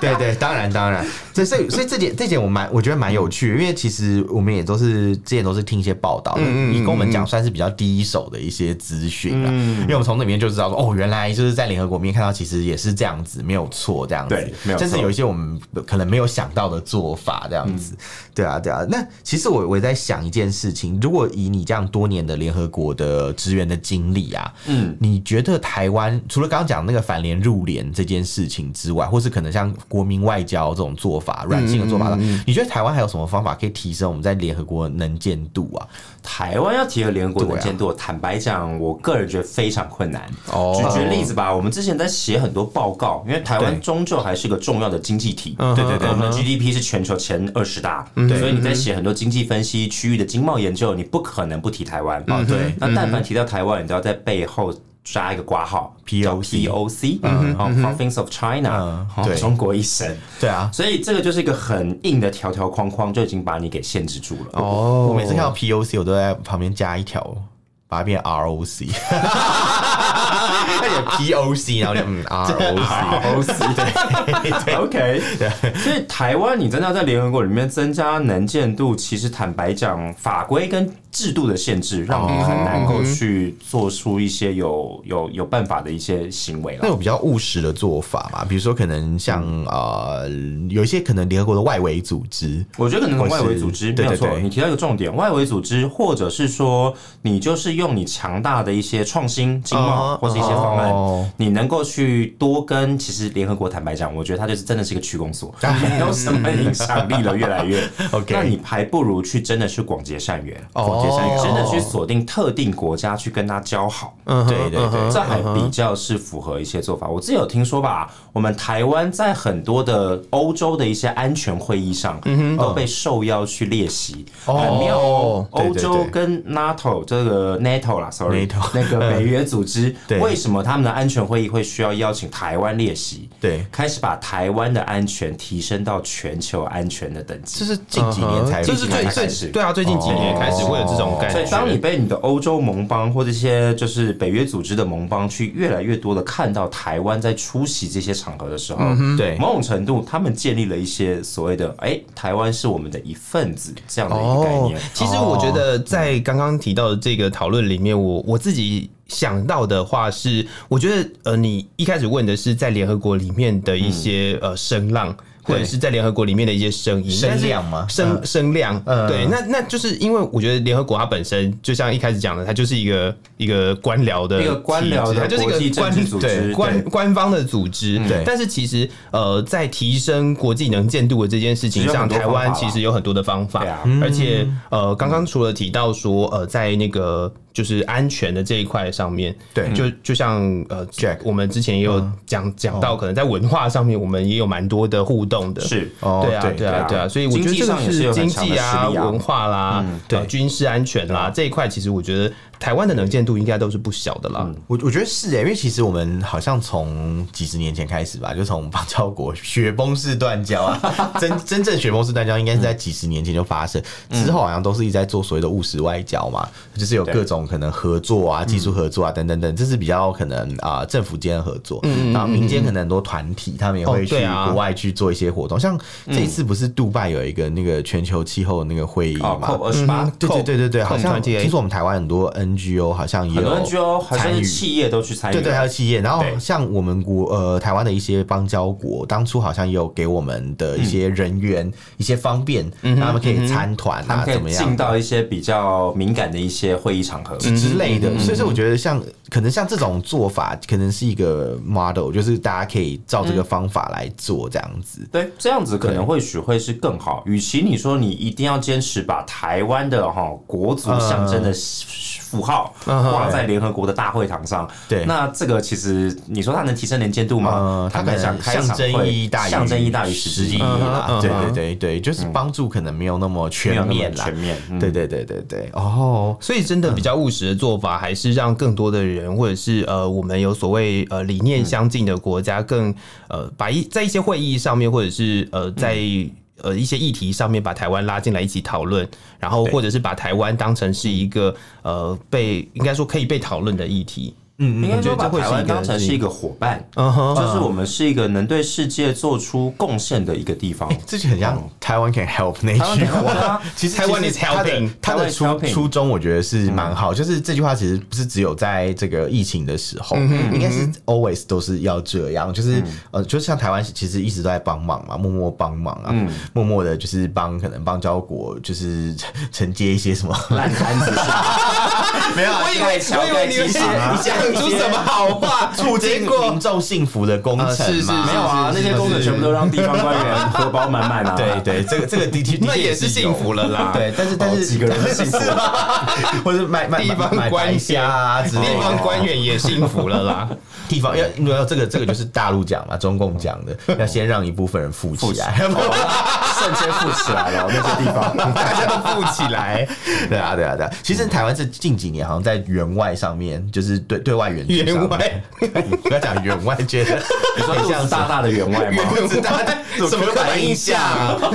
C: 对对对，当然当然，这所以所以这点这点我蛮我觉得蛮有趣，因为其实我们也都是之前都是听一些报道，
B: 嗯
C: 你跟我们讲算是比较第一手的一些资讯啦，
B: 嗯
C: 因为我们从那边就知道说哦，原来就是在联合国里面看到其实也是这样子，没有错这样子
A: 对没有，错
C: 但是有一些我们可能没有想到的做法这样
A: 嗯
C: 子，对啊对啊。那其实我我也在想一件事情，如果以你这样多年的联合国的职员的经历啊，
A: 嗯，
C: 你觉得台湾除了刚刚讲那个反联入联这件事情之外，或是可能像国民外交这种做法、软性的做法，
A: 嗯
C: 你觉得台湾还有什么方法可以提升我们在联合国的能见度啊？
A: 台湾要提合联合国能见度，坦白讲，我个人觉得非常困难。
B: 哦
A: 举举例子吧，我们之前在写很多报告，因为台湾终究还是个重要的经济体，对
B: 对对
A: 我们的 GDP 是全球前二十大，所以你在写很多经济分析、区域的经贸研究，你不可能不提台湾。
C: 哦对
A: 那但凡提到台湾，你都要在背后。加一个挂号
C: POC
A: 叫 POC，好 Province of China，
C: 嗯
A: 好
C: 对
A: 中国一神，
C: 对啊，
A: 所以这个就是一个很硬的条条框框，就已经把你给限制住了。
B: 哦
C: 我每次看到 POC，我都在旁边加一条，把它变 ROC。而且 POC，然后就嗯 ROC，
A: OK，所以台湾你真的要在联合国里面增加能见度，其实坦白讲，法规跟制度的限制，让你很难够去做出一些有有有办法的一些行为
C: 那
A: 了。
C: 种比较务实的做法嘛，比如说可能像呃，有一些可能联合国的外围组织，
A: 我觉得可能
C: 或是
A: 外围组织没
C: 对
A: 有
C: 对
A: 错，
C: 对
A: 你提到一个重点，外围组织，或者是说你就是用你强大的一些创新、经贸
C: 嗯
A: 或是一些方案，
B: 哦
A: 你能够去多跟其实联合国坦白讲，我觉得它就是真的是一个区公所，没有什么影响力了，越来越。
C: OK
A: 那你还不如去真的去广结善缘，
C: 哦
A: 广结善缘，真的去锁定特定国家去跟他交好。
B: 嗯哼
C: 对对对
A: 这还比较是符合一些做法。我自己有听说吧，我们台湾在很多的欧洲的一些安全会议上，
C: 嗯
A: 都被受邀去列席，
B: 哦
A: 很妙哦。
C: 对对
A: 欧洲
C: 对
A: 跟 NATO 这个 NATO 啦，sorry，
C: NATO
A: 那 个北约组织
C: 对，
A: 为什么他们的安全会议会需要邀请台湾列席？
C: 对
A: 开始把台湾的安全提升到全球安全的等级
C: 这。是近几年才有，哦
B: 嗯这
A: 近
B: 是
A: 几
B: 最
A: 年
B: 最
A: 开始
B: 对啊，最近几年开始会有这种感
A: 所以，
B: 觉。
A: 当你被你的欧洲盟邦或这些就是北约组织的盟邦去越来越多的看到台湾在出席这些场合的时候，
C: 对
A: 某种程度他们建立了一些所谓的“哎、台湾是我们的一份子”这样的一个概念。哦
B: 其实我觉得在刚刚提到的这个讨论里面，我我自己想到的话是，我觉得呃，你一开始问的是在联合国里面的一些、
A: 嗯
B: 呃声浪。或者是在联合国里面的一些声音，
C: 声
B: 但是
C: 量吗
B: 声
A: 呃
B: 声量，
C: 嗯
B: 对，那那就是因为我觉得联合国它本身就像一开始讲的，它就是一个一个官僚的
A: 一个官僚
B: 体制
A: 的
B: 它就是
A: 国际
B: 一
A: 政治
B: 个官
A: 组
B: 对
A: 织
B: 官
A: 对嗯
B: 官方的组织，
C: 对
B: 但是其实呃，在提升国际能见度的这件事
A: 其
B: 情
A: 实有
B: 上，
A: 很多
B: 台湾
A: 方法
B: 其
A: 啦
B: 实有很多的方法，
A: 对啊
B: 而且呃，刚刚除了提到说呃，在那个就是安全的这一块上面，
C: 对
B: 就
A: 嗯
B: 就像呃
C: Jack
B: 我们之前也有讲讲到，可能在文化上面，我们也有蛮多的互动的，
A: 是
C: 哦
B: 对啊
C: 对，
B: 对啊，对
A: 对
B: 啊，
A: 啊
B: 所以我觉得
A: 经济
B: 这个
A: 上也是有
B: 经
A: 很强的
B: 济啊、
A: 实力啊
B: 文化啦、
C: 对
B: 呃军事安全
A: 啊
B: 啦这一块，其实我觉得台湾的能见度应该都是不小的
A: 嗯
B: 啦。
C: 我我觉得是欸诶、因为其实我们好像从几十年前开始吧，就从邦交国雪崩式断交啊，真真正雪崩式断交应该是在几十年前就发生，
A: 嗯
C: 之后好像都是一直在做所谓的务实外交嘛，就是有各种可能合作啊、
A: 嗯
C: 技术合作啊等等等，这是比较可能啊、政府间的合作，
A: 嗯
C: 然后民间可能很多团体他们也
B: 哦
C: 会去
B: 对啊
C: 国外去做一些活动，像
A: 嗯
C: 这一次不是杜拜有一个那个全球气候那个会议
A: 哦
C: 嘛
A: ，COP，二十八，
C: 对对对对对，
B: COP
C: 好像
B: COP28
C: 听说我们台湾很多 NGO 好像也
A: 很
C: 有
A: 多 NGO 好像
C: 参
A: 是
C: 与
A: 企业都去参与，
C: 对对，还有企业。然后
A: 对
C: 像我们国呃台湾的一些邦交国，当初好像也有给我们的一些人
A: 嗯
C: 员、一些方便，让他们可以参团
A: 他
C: 啊，
A: 们可
C: 怎么
A: 以进
C: 样
A: 到一些比较敏感的一些会议场合。
C: 之类的。所以说，我觉得像可能像这种做法，可能是一个 model，就是大家可以照这个方法来做这样子。
A: 对，这样子可能或许会是更好。与其你说你一定要坚持把台湾的哈国族象征的符号挂在联合国的大会堂上，
C: 对
A: 那这个其实你说它能提升能见度吗
C: 呃？
A: 坦白
C: 它可
A: 讲
C: 能
A: 开场
C: 象征
A: 会
C: 意义大于
A: 象征意义大于实质意义
B: 嗯哼嗯
A: 啦
B: 哼，
C: 对啊对对对，就是帮助可能没有那
A: 嗯
C: 么
A: 没有
C: 全
A: 那么
C: 面啦
A: 全。面，嗯
C: 对对对对对，哦，
B: 所以，真的比较务实的做法，还是让更多的人，或者是呃，我们有所谓呃理念相近的国家，更呃把一在一些会议上面，或者是呃在。呃，一些议题上面把台湾拉进来一起讨论，然后或者是把台湾当成是一个呃被应该说可以被讨论的议题。
C: 嗯
A: 应该说把
B: 我觉得这会是
A: 台
B: 一个
A: 湾当成是一个伙伴，
B: 嗯哼，
A: 就是我们是一个能对世界做出贡献的一个地方。
C: 这就很像台湾 can help 那一
A: 台湾
C: 句
A: can help
C: 话
A: 啊。
C: 其实
B: 台湾
C: 其
B: is
C: 实它的
B: helping，
C: 它
A: 台
C: 的
A: 湾 is
C: 初
A: helping
C: 初衷我觉得是蛮好，就是这句话其实不是只有在这个疫情的时候，应该是 always 都是要这样，就是呃，就像台湾其实一直都在帮忙嘛，默默帮忙啊，默默的就是帮可能邦交国就是承接一些什么
A: 烂摊子上，
C: 没有啊，
A: 我以为
C: 就是
A: 我以为你
C: 你
A: 会
C: 想
B: 讲出什么
C: 好话，促进民众幸福的工程嘛，
B: 呃是是
A: 没有啊，那些工作全部都让地方官员 荷包满满啊。
C: 对对，这个这个的确
B: 那也是幸福了啦
C: 对，但是但
A: 哦
C: 是
A: 几个人的幸福
C: 是吗？ 或者买买
B: 地方
C: 买买
B: 官员
C: 白虾啊之类的，
B: 地方官员也幸福 了啦。
C: 地方要没有这个这个就是大陆讲嘛，中共讲的，要先让一部分人富起来，
A: 瞬间富起来了，那些地方。
C: 大家都富起来。对啊，对啊，对啊。其实台湾这近几年好像在员外上面，就是对对外援助上面
B: 员外，
C: 不要讲员外，觉得
A: 你说肚子大大的员外吗？
C: 不知道
B: 什么刻板印象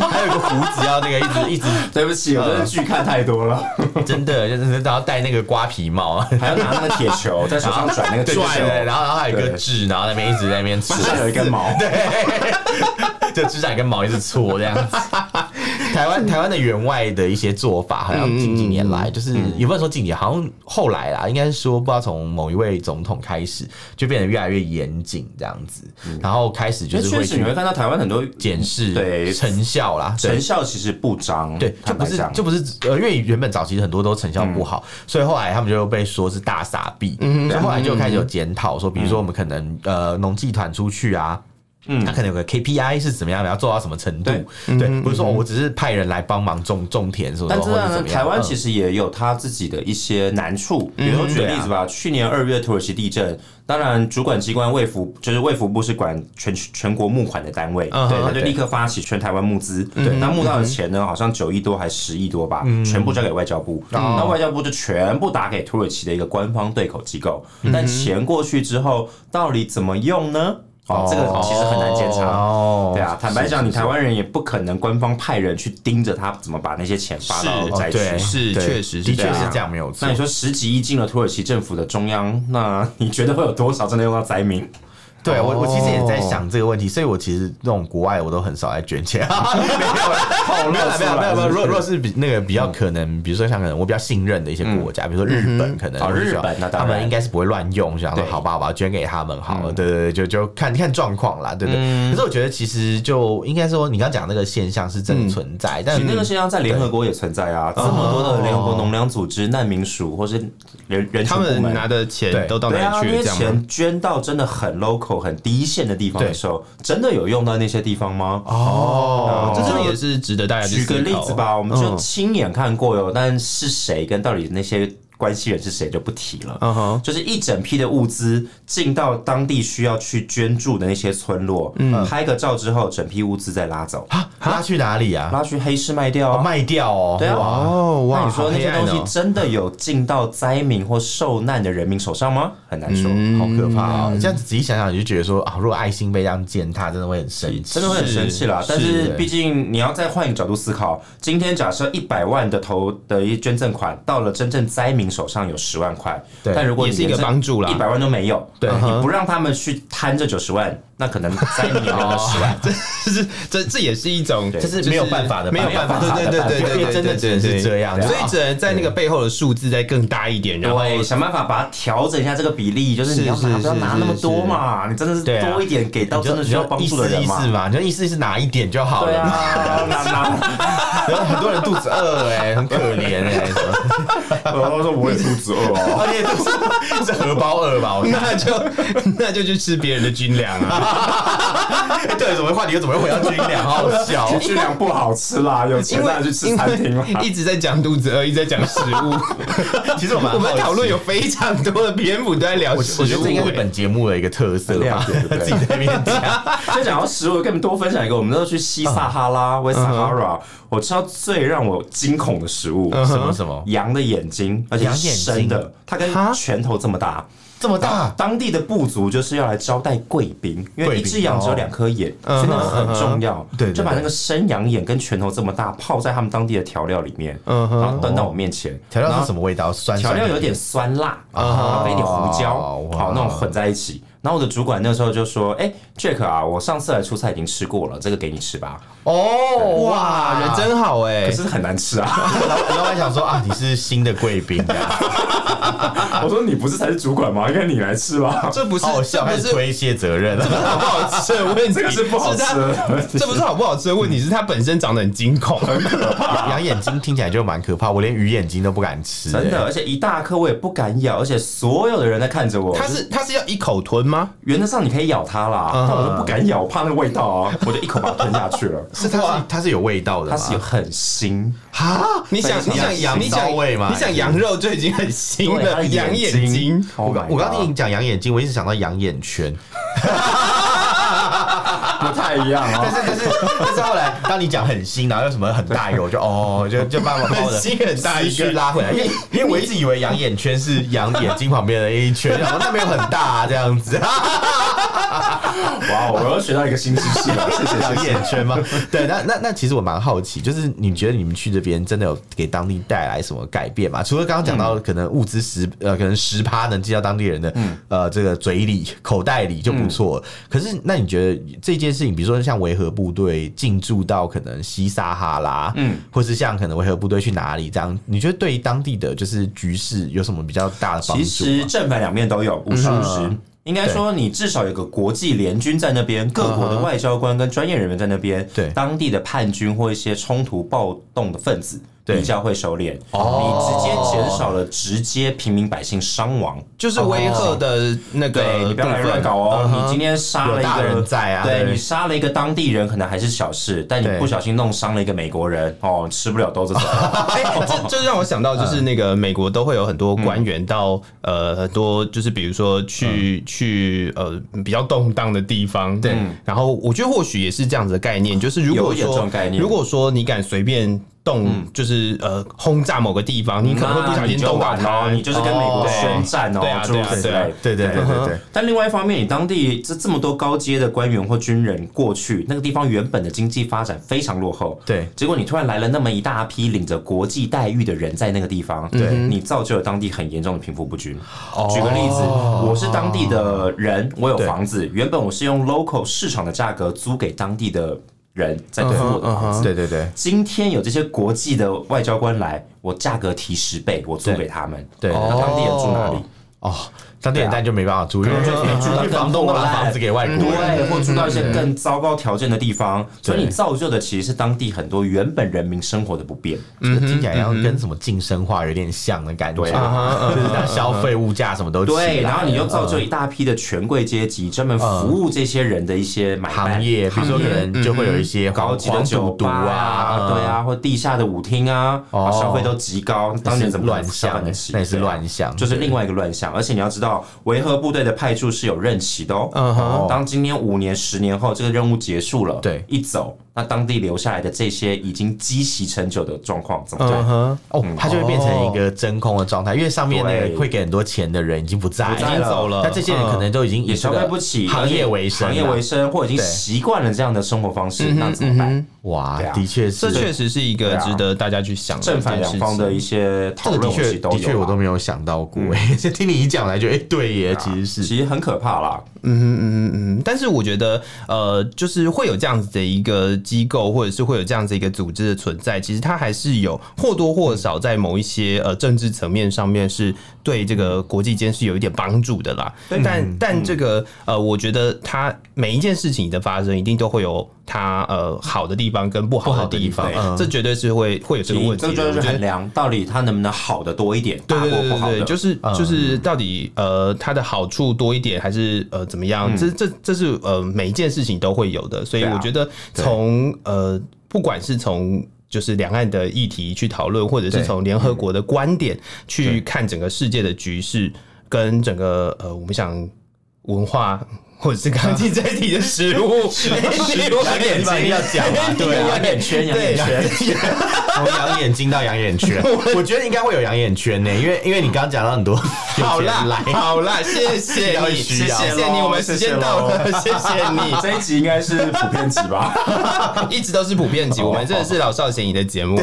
C: 还有个胡子要那个一直一直
A: 对不起，我真的剧看太多了，
C: 真的就是然后戴那个瓜皮帽， 啊
A: 还要拿那个铁 球在手上转那个铁球，
C: 转的，然后然后还有一个
A: 哦对
C: 痣，然后那边一直在那 边戳，
A: 上有一根毛。
C: 对，就指甲跟毛一直戳这样子。台湾台湾的员外的一些做法，好像近几
A: 嗯
C: 年来，就是也不能说近年，好像后来啦，应该是说不知道从某一位总统开始，就变得越来越严谨这样子，然后开始
A: 因
C: 就
A: 为
C: 是
A: 嗯哎确
C: 会
A: 实你
C: 去
A: 会看到台湾很多
C: 检视
A: 对
C: 成效啦，对
A: 成效其实不彰，
C: 对，就
A: 嗯坦
C: 不
A: 白
C: 是
A: 讲嗯
C: 就不是呃，因为原本早期很多都成效不好，所以后来他们就被说是大傻逼，所以后来就开始
A: 嗯
C: 有检讨，说比如说我们可能呃农技团出去啊。嗯，他可能有个 KPI 是怎么样的，要做到什么程度？
A: 嗯
C: 对，不是说哦我只是派人来帮忙种种田什么的，
A: 但这
C: 或者
A: 样
C: 怎
A: 呢，
C: 么样。嗯
A: 台湾其
C: 实
A: 实也有它自己的一些难处。比如
C: 嗯
A: 说举
C: 啊
A: 个例子吧，去年二月土耳其地震，当然主管机关卫福就是卫福部是管全全国募款的单位，
B: 嗯
A: 对，他
C: 对嗯
A: 就立刻发起全台湾募资。对，那募到的钱呢，好像九亿多还十亿多吧，全部交给外交部。
C: 哦
A: 那外交部就全部打给土耳其的一个官方对口机构。
C: 嗯
A: 但钱过去之后，到底怎么用呢？哦，这个其实很难检查。
C: 哦
A: 对啊，坦白讲，
C: 是
A: 你
C: 是
A: 台湾人也不可能官方派人去盯着他怎么把那些钱发到
B: 是
C: 哦
A: 灾区。
C: 对
B: 是
C: 对
B: 确实是
C: 的
B: 这
C: 确是
B: 样
C: 这样，没有错
A: 那你。说十几亿进了土耳其政府的中央，那你觉得会有多少真的用到灾 民？
C: 对我，我其实也在
B: 哦
C: 想这个问题，所以我其实那种国外我都很少来捐钱，啊没有啦
A: 透露
C: 没有啦
A: 出
C: 没有啦没
A: 来
C: 有
A: 是不
C: 没
A: 是
C: 有，如果如果是比那个比较可能，比如说像可能我比较信任的一些国家，比如说日本，可能
A: 哦
C: 我就
A: 日
C: 觉得
A: 本那当
C: 他们
A: 然
C: 应该是不会乱用，想说
A: 对
C: 好吧好吧，捐给他们好了，对对对，就就看看状况啦，对不
A: 嗯
C: 对？可是我觉得其实就应该说你刚讲那个现象是真的存在，但
A: 其实嗯那个现象在联合国也存在
C: 哦
A: 啊，这么多的联合国农粮组织、难民署或是人人权
B: 他
A: 部
B: 们
A: 门
B: 拿。的钱
C: 对
B: 都到
A: 对
B: 哪
A: 啊，
B: 里
A: 那
B: 去？
A: 些
B: 这样吗？
A: 钱捐到真的很 local、很第一线的地方的时候，真的有用到那些地方吗？
C: 哦
B: 哦，这真的也是值得大家去
A: 举
B: 思
C: 啊
A: 个例
B: 考嗯
A: 子。吧，我们就亲眼看过哟，但是谁跟到底那些关系人是谁就不提了。
B: 嗯哼，
A: 就是一整批的物资进到当地需要去捐助的那些村落，
B: 嗯
A: 拍个照之后，整批物资再拉走，
C: 啊，拉去哪里啊？
A: 拉去黑市卖掉
C: 哦
A: 啊。
C: 卖掉哦，
A: 对啊
C: 哇
B: 哦哇，
A: 那你说
B: 好
A: 那
B: 黑
A: 些
B: 暗
A: 东
B: 哦
A: 西真的有进到灾民或受难的人民手上吗？很难说，
C: 好可怕
A: 嗯
C: 哦！这样子仔细想想，你就觉得说啊，如果爱心被这样践踏，真的会很生气。
A: 真的会很生气啦
B: 是。
A: 但
B: 是
A: 是
B: 对
A: 毕竟你要再换一个角度思考，今天假设一百万的投的一捐赠款到了真正灾民手上有十万块，
C: 对
A: 但如果你
B: 也是一个帮助啦
A: 一百万都没有，
C: 对
A: 你不让他们去贪这九十万，那可能灾民也没有那十万。
B: 这这这也是一种，
A: 对
B: 就
C: 这是没有办法的
B: 没有办法，
A: 办法
B: 对对对对对
C: 因为
B: 对，
C: 真的只能是这样
B: 对所以
C: 对啊
B: 只能在那个背后的数字再更大一点，然
C: 啊
B: 后
A: 对，想办法把它调整一下这个比例，就是你要
B: 是
A: 拿
B: 是
A: 不要拿那么多嘛，你真的是
C: 对啊
A: 多一点给到
C: 你就
A: 真的需要帮助的人
C: 意思意思
A: 嘛。
C: 嘛，你就意思意思拿一点就好
A: 对
C: 了嘛。
A: 啊，拿拿，
C: 然后很多人肚子饿哎、很可怜哎、什么
A: 然后说我也肚子饿哦。
C: 而且都是是荷包饿吧？我看
B: 那就那就去吃别人的军 粮啊，
C: 哎 对，怎么话题又怎么会回到军粮？好 好笑哦。
A: 军粮不好吃啦，有钱当然去
C: 啊
A: 吃餐厅啦。
B: 因为一直在讲肚子饿，一直在讲食物。
C: 其实我蛮
B: 我
C: 好奇
B: 们讨论有非常多的篇幅都在聊
C: 我
B: 食
C: 我
B: 物，
C: 觉得这应该是
B: 哎
C: 本节目的一个特色吧，
A: 对对对
C: 自己在那边讲。
A: 就讲到食物，跟你们多分享一个，我们那时候去西撒哈拉
C: 嗯
A: （West Sahara），我吃到最让我惊恐的食物，
B: 嗯
C: 什么什么
A: 羊的眼睛，而且
C: 羊
A: 是
C: 眼
A: 生
C: 睛
A: 的，它跟
B: 哈
A: 拳头这么大。
C: 这么
A: 当
C: 大？
A: 当地的部族就是要来招待贵宾，因
C: 贵
A: 为一
C: 宾嗯
A: 只羊只有两颗眼，
B: 哦
A: 所以那个很重要。
C: 对对对
A: 就把那个生羊眼跟拳头这么大泡在他们当地的调料里面，
B: 嗯
A: 然
B: 哼
A: 后端到我面前。
C: 调料是什么味道？酸
A: 调
C: 酸的
A: 料有点酸辣，然后跟一点胡椒，
C: 哇
A: 好那种混在一起。然后我的主管那时候就说：“哎、j a c k 啊，我上次来出差已经吃过了，这个给你吃吧。
C: 哦，
B: 哇，人真好哎
C: 欸
A: 可。是很难吃啊。
C: 老老板想说啊，你是新的贵宾啊这样，
A: 我说：“你不是才是主管吗？应该你来吃 吧。
B: 这不是
C: 好好
B: 这
C: 笑，
B: 不
C: 开
B: 是
C: 始推卸责任 了。
B: 好不好吃的问题，
A: 这个 是不好吃的
B: 是它 这不是好不好吃的问题，是它本身长得很惊恐。
C: 羊眼睛听起来就蛮可怕，我连鱼眼睛都不敢吃、欸。。
A: 真的，而且一大颗我也不敢咬，而且所有的人在看着我。
B: 它是它是要一口吞吗？
A: 原则上你可以咬它啦，
B: 嗯
A: 但我都不敢咬，我怕那个味道啊，我就一口把它吞下去了
C: 是它是它是有味道的吗，
A: 它是有很腥，
C: 哈，
B: 你想
A: 非
B: 你
A: 常
B: 想羊，你
C: 腥骚
B: 想
C: 味吗
B: 你想羊肉就已经很腥
A: 对它
B: 了，
A: 的
B: 羊眼睛。
A: Oh
C: 我
A: my
C: 刚 我刚
A: God
C: 听你讲羊眼睛，我一直想到羊眼圈，
A: 不太一样
C: 但
A: 啊。
C: 是但是但是后来当你讲很新，然后又什么很大一个，我就哦，就就慢慢把我的
B: 很新很大一个
C: 思绪拉回来，因为因为我一直以为羊眼圈是羊眼睛旁边的一圈，然后那边有很大、啊、这样子，
A: 哇，我又学到一个新知识了， 谢谢谢
C: 小
A: 谢。
C: 眼圈吗？对，那那那其实我蛮好奇，就是你觉得你们去这边真的有给当地带来什么改变吗？除了刚刚讲到可能物资十呃，可能十趴能进到当地人的、呃这个嘴里、口袋里就不错了。可是那你觉得这件事情，比如说像维和部队进驻到可能西撒哈拉，嗯，或是像可能维和部队去哪里这样，你觉得对于当地的就是局势有什么比较大的帮
A: 其
C: 助
A: 实
C: 吗？
A: 正反两面都有，五十五十
C: 嗯。
A: 应该说，你至少有个国际联军在那边，各国的外交官跟专业人员在那边，
C: 对
A: 当地的叛军或一些冲突暴动的分子
C: 对
A: 比较会收敛，你
C: 哦
A: 直接减少了直接平民百姓伤亡。
B: 就是威吓的那个
A: 对你不要来乱搞哦！你今天杀了一
C: 有大
A: 个
C: 人在啊
A: 对
C: 对
A: 你杀了一个当地人可能还是小事，但你
C: 对
A: 不小心弄伤了一个美国人哦，吃不了兜着走。
B: 哎、这这让我想到，就是那个美国都会有很多官员到、呃很多，就是比如说
A: 嗯
B: 去、去呃比较动荡的地方，对。然后我觉得或许也是这样子的概念，就是如
A: 有
B: 果
A: 一点
B: 说
A: 这种概念嗯
B: 如果说你敢随便动，就是呃轰炸某个地方，你可能会不
A: 那
B: 小心
A: 你就
B: 动到
A: 晚
B: 它
A: 了，，你就是跟美国宣战哦，
B: 对啊
A: 诸如此
B: 对啊
A: 类。
C: 对对对对对，
A: 但另外一方面，你当地这这么多高阶的官员或军人过去，那个地方原本的经济发展非常落后，
C: 对
A: 结果你突然来了那么一大批领着国际待遇的人在那个地方，
C: 对
A: 你造就了当地很严重的贫富不均。
B: 哦
A: 举个例子，我是当地的人，我有
C: 对
A: 房子，原本我是用 local 市场的价格租给当地的人，
B: 嗯
A: 在租我的房子。
C: 对对对
A: 今天有这些国际的外交官来，我价格提十倍，我租
C: 对
A: 给他们。
C: 对
A: 那当地人住哪里？
C: 哦，当地人但就没办法住，因为
A: 啊就
C: 就是
A: 住到
C: 因为房东
A: 更
C: 把
A: 破烂
C: 房子给外国人。
A: 对，或住到一些更糟糕条件的地方，所以你造就的其实是当地很多原本人民生活的不便。
C: 就是听起来要跟什么晋升化有点像的感
A: 嗯
C: 觉，
A: 对啊嗯
C: 就是它消费物价什么都起来
A: 对，然后你又造就一大批的权贵阶级，专门服务这些人的一些买卖
C: 嗯行业，比如说可能就会有一些
A: 高
C: 黄
A: 级的
C: 黄
A: 酒
C: 赌毒
A: 吧啊，
C: 啊，
A: 对啊，或地下的舞厅啊，
C: 哦
A: 啊消费都极高，当年怎么
C: 乱
A: 可
C: 象
A: 能吃？
C: 那也是
A: 对啊
C: 乱象
A: 就是另外一个乱象。而且你要知道，维和部队的派驻是有任期的哦。
B: 嗯
C: 哼
A: 当今年五年、十年后，这个任务结束了，
C: 对
A: 一走，那当地留下来的这些已经积习陈久的状况怎么
B: 嗯
A: 办？
B: 哼，
C: 哦，它就会变成一个真空的状态，因为上面那
A: 对
C: 个会给很多钱的人已经不在，
A: 不在了嗯
C: 那这些人可能都已经
A: 也
C: 以这
A: 消
C: 个
A: 费不起，
C: 行业为生了，
A: 行业为生，或已经
C: 对
A: 习惯了这样的生活方式，那怎么办？
C: 哇
A: 对，啊
C: 的确
B: 这
C: 是，
B: 确实是一
A: 对
B: 个
A: 啊
B: 值得大家去想的
A: 正反
B: 一件
A: 两
B: 事
A: 方的
B: 情
A: 一些讨
C: 这个
A: 论，
C: 的
A: 我其
C: 确
A: 实都
C: 的
A: 有
C: 确我
A: 啊
C: 都没有想到过，哎，是听你一讲来就哎，对耶，其实是
A: 其实很可怕啦。
B: 嗯嗯，但是我觉得，呃，就是会有这样子的一个机构，或者是会有这样子一个组织的存在，其实它还是有或多或少在某一些呃政治层面上面是对这个国际间是有一点帮助的啦。
A: 嗯
B: 但但这个呃，我觉得它每一件事情的发生，一定都会有它呃好的地方跟不好的地方，
A: 不好的地嗯
B: 这绝对是会会有这个问题
A: 这
B: 的。
A: 就
B: 我
A: 是
B: 觉得
A: 衡量到底它能不能好的多一点，
B: 对
A: 大
B: 对
A: 过
B: 对
A: 不
B: 对
A: 好
B: 对，
A: 的。
B: 就是就是到底呃它的好处多一点还是呃怎么样？这这这是呃每一件事情都会有的，所以
A: 对啊
B: 我觉得从呃不管是从就是两岸的议题去讨论，或者是
C: 对
B: 从联合国的观点去看整个世界的局势，跟整个呃我们想文化。或者是刚进这一题的食物，
C: 两眼睛要讲 啊，对啊，
A: 养眼圈，养眼
B: 对
A: 圈。
C: 圈，从养眼睛到养眼圈， 我觉得应该会有养眼圈呢，因为因为你刚刚讲到很 多
B: 好啦
C: 有钱来，
B: 好啦，谢谢
C: 要
B: 你，
C: 需
B: 谢
C: 要
B: 谢你，我们时间到了，谢谢你。
A: 这一集应该是普遍集吧？
B: 一直都是普遍
C: 哦
B: 级，我们真的是老少咸宜的节目。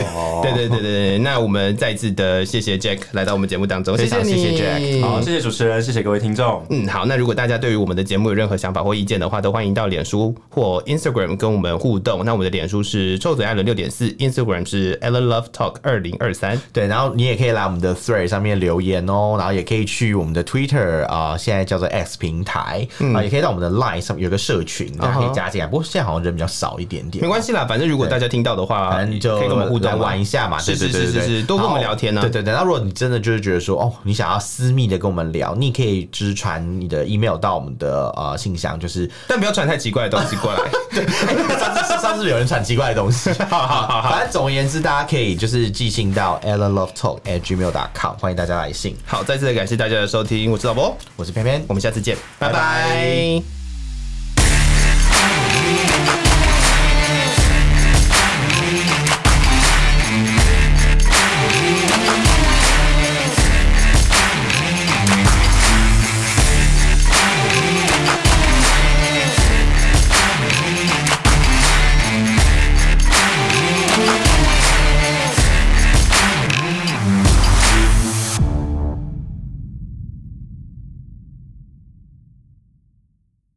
B: 对对对对对，那我们再次的谢谢 Jack 来到我们节目当中，谢谢
C: 常
B: 你，
C: 谢谢 Jack
B: 哎
A: 好，谢谢主持人，谢谢各位听众。
B: 嗯，好，那如果大家对于我们的节目有任何想法或意见的话，都欢迎到脸书或 Instagram 跟我们互动。那我们的脸书是臭嘴艾伦六点四，Instagram 是 Ellen Love Talk 二零二三。
C: 对，然后你也可以来我们的 Thread 上面留言哦，然后也可以去我们的 Twitter 啊、现在叫做 X 平台啊、也可以到我们的 Line 上面有个社群，大家可以加进来。不过现在好像人比较少一点点，
B: 没关
C: 系，
B: 系啦，反正如果大家听到的话，
C: 反正就
B: 啊可以跟我们互
C: 来
B: 动
C: 玩一
B: 嘛。
C: 下嘛。
B: 是
C: 对对
B: 是
C: 对
B: 是
C: 对
B: 是
C: 对
B: 是多跟我们
C: 然后
B: 聊天啊
C: 对对对，那如果你真的就是觉得说哦，你想要私密的跟我们聊，你可以只传你的 email 到我们的呃信箱，就是 哎
B: 但不要传太奇怪的东西过来。
C: 上次上次有人传奇怪的东 西，好好好 反正总而言之，大家可以就是寄信到 allenlovetalk at gmail.com，欢迎大家来信。
B: 好，再次地感谢大家的收听，我是老波，
C: 我是偏偏，
B: 我们下次见，
C: 拜
B: 拜
C: 拜
B: 拜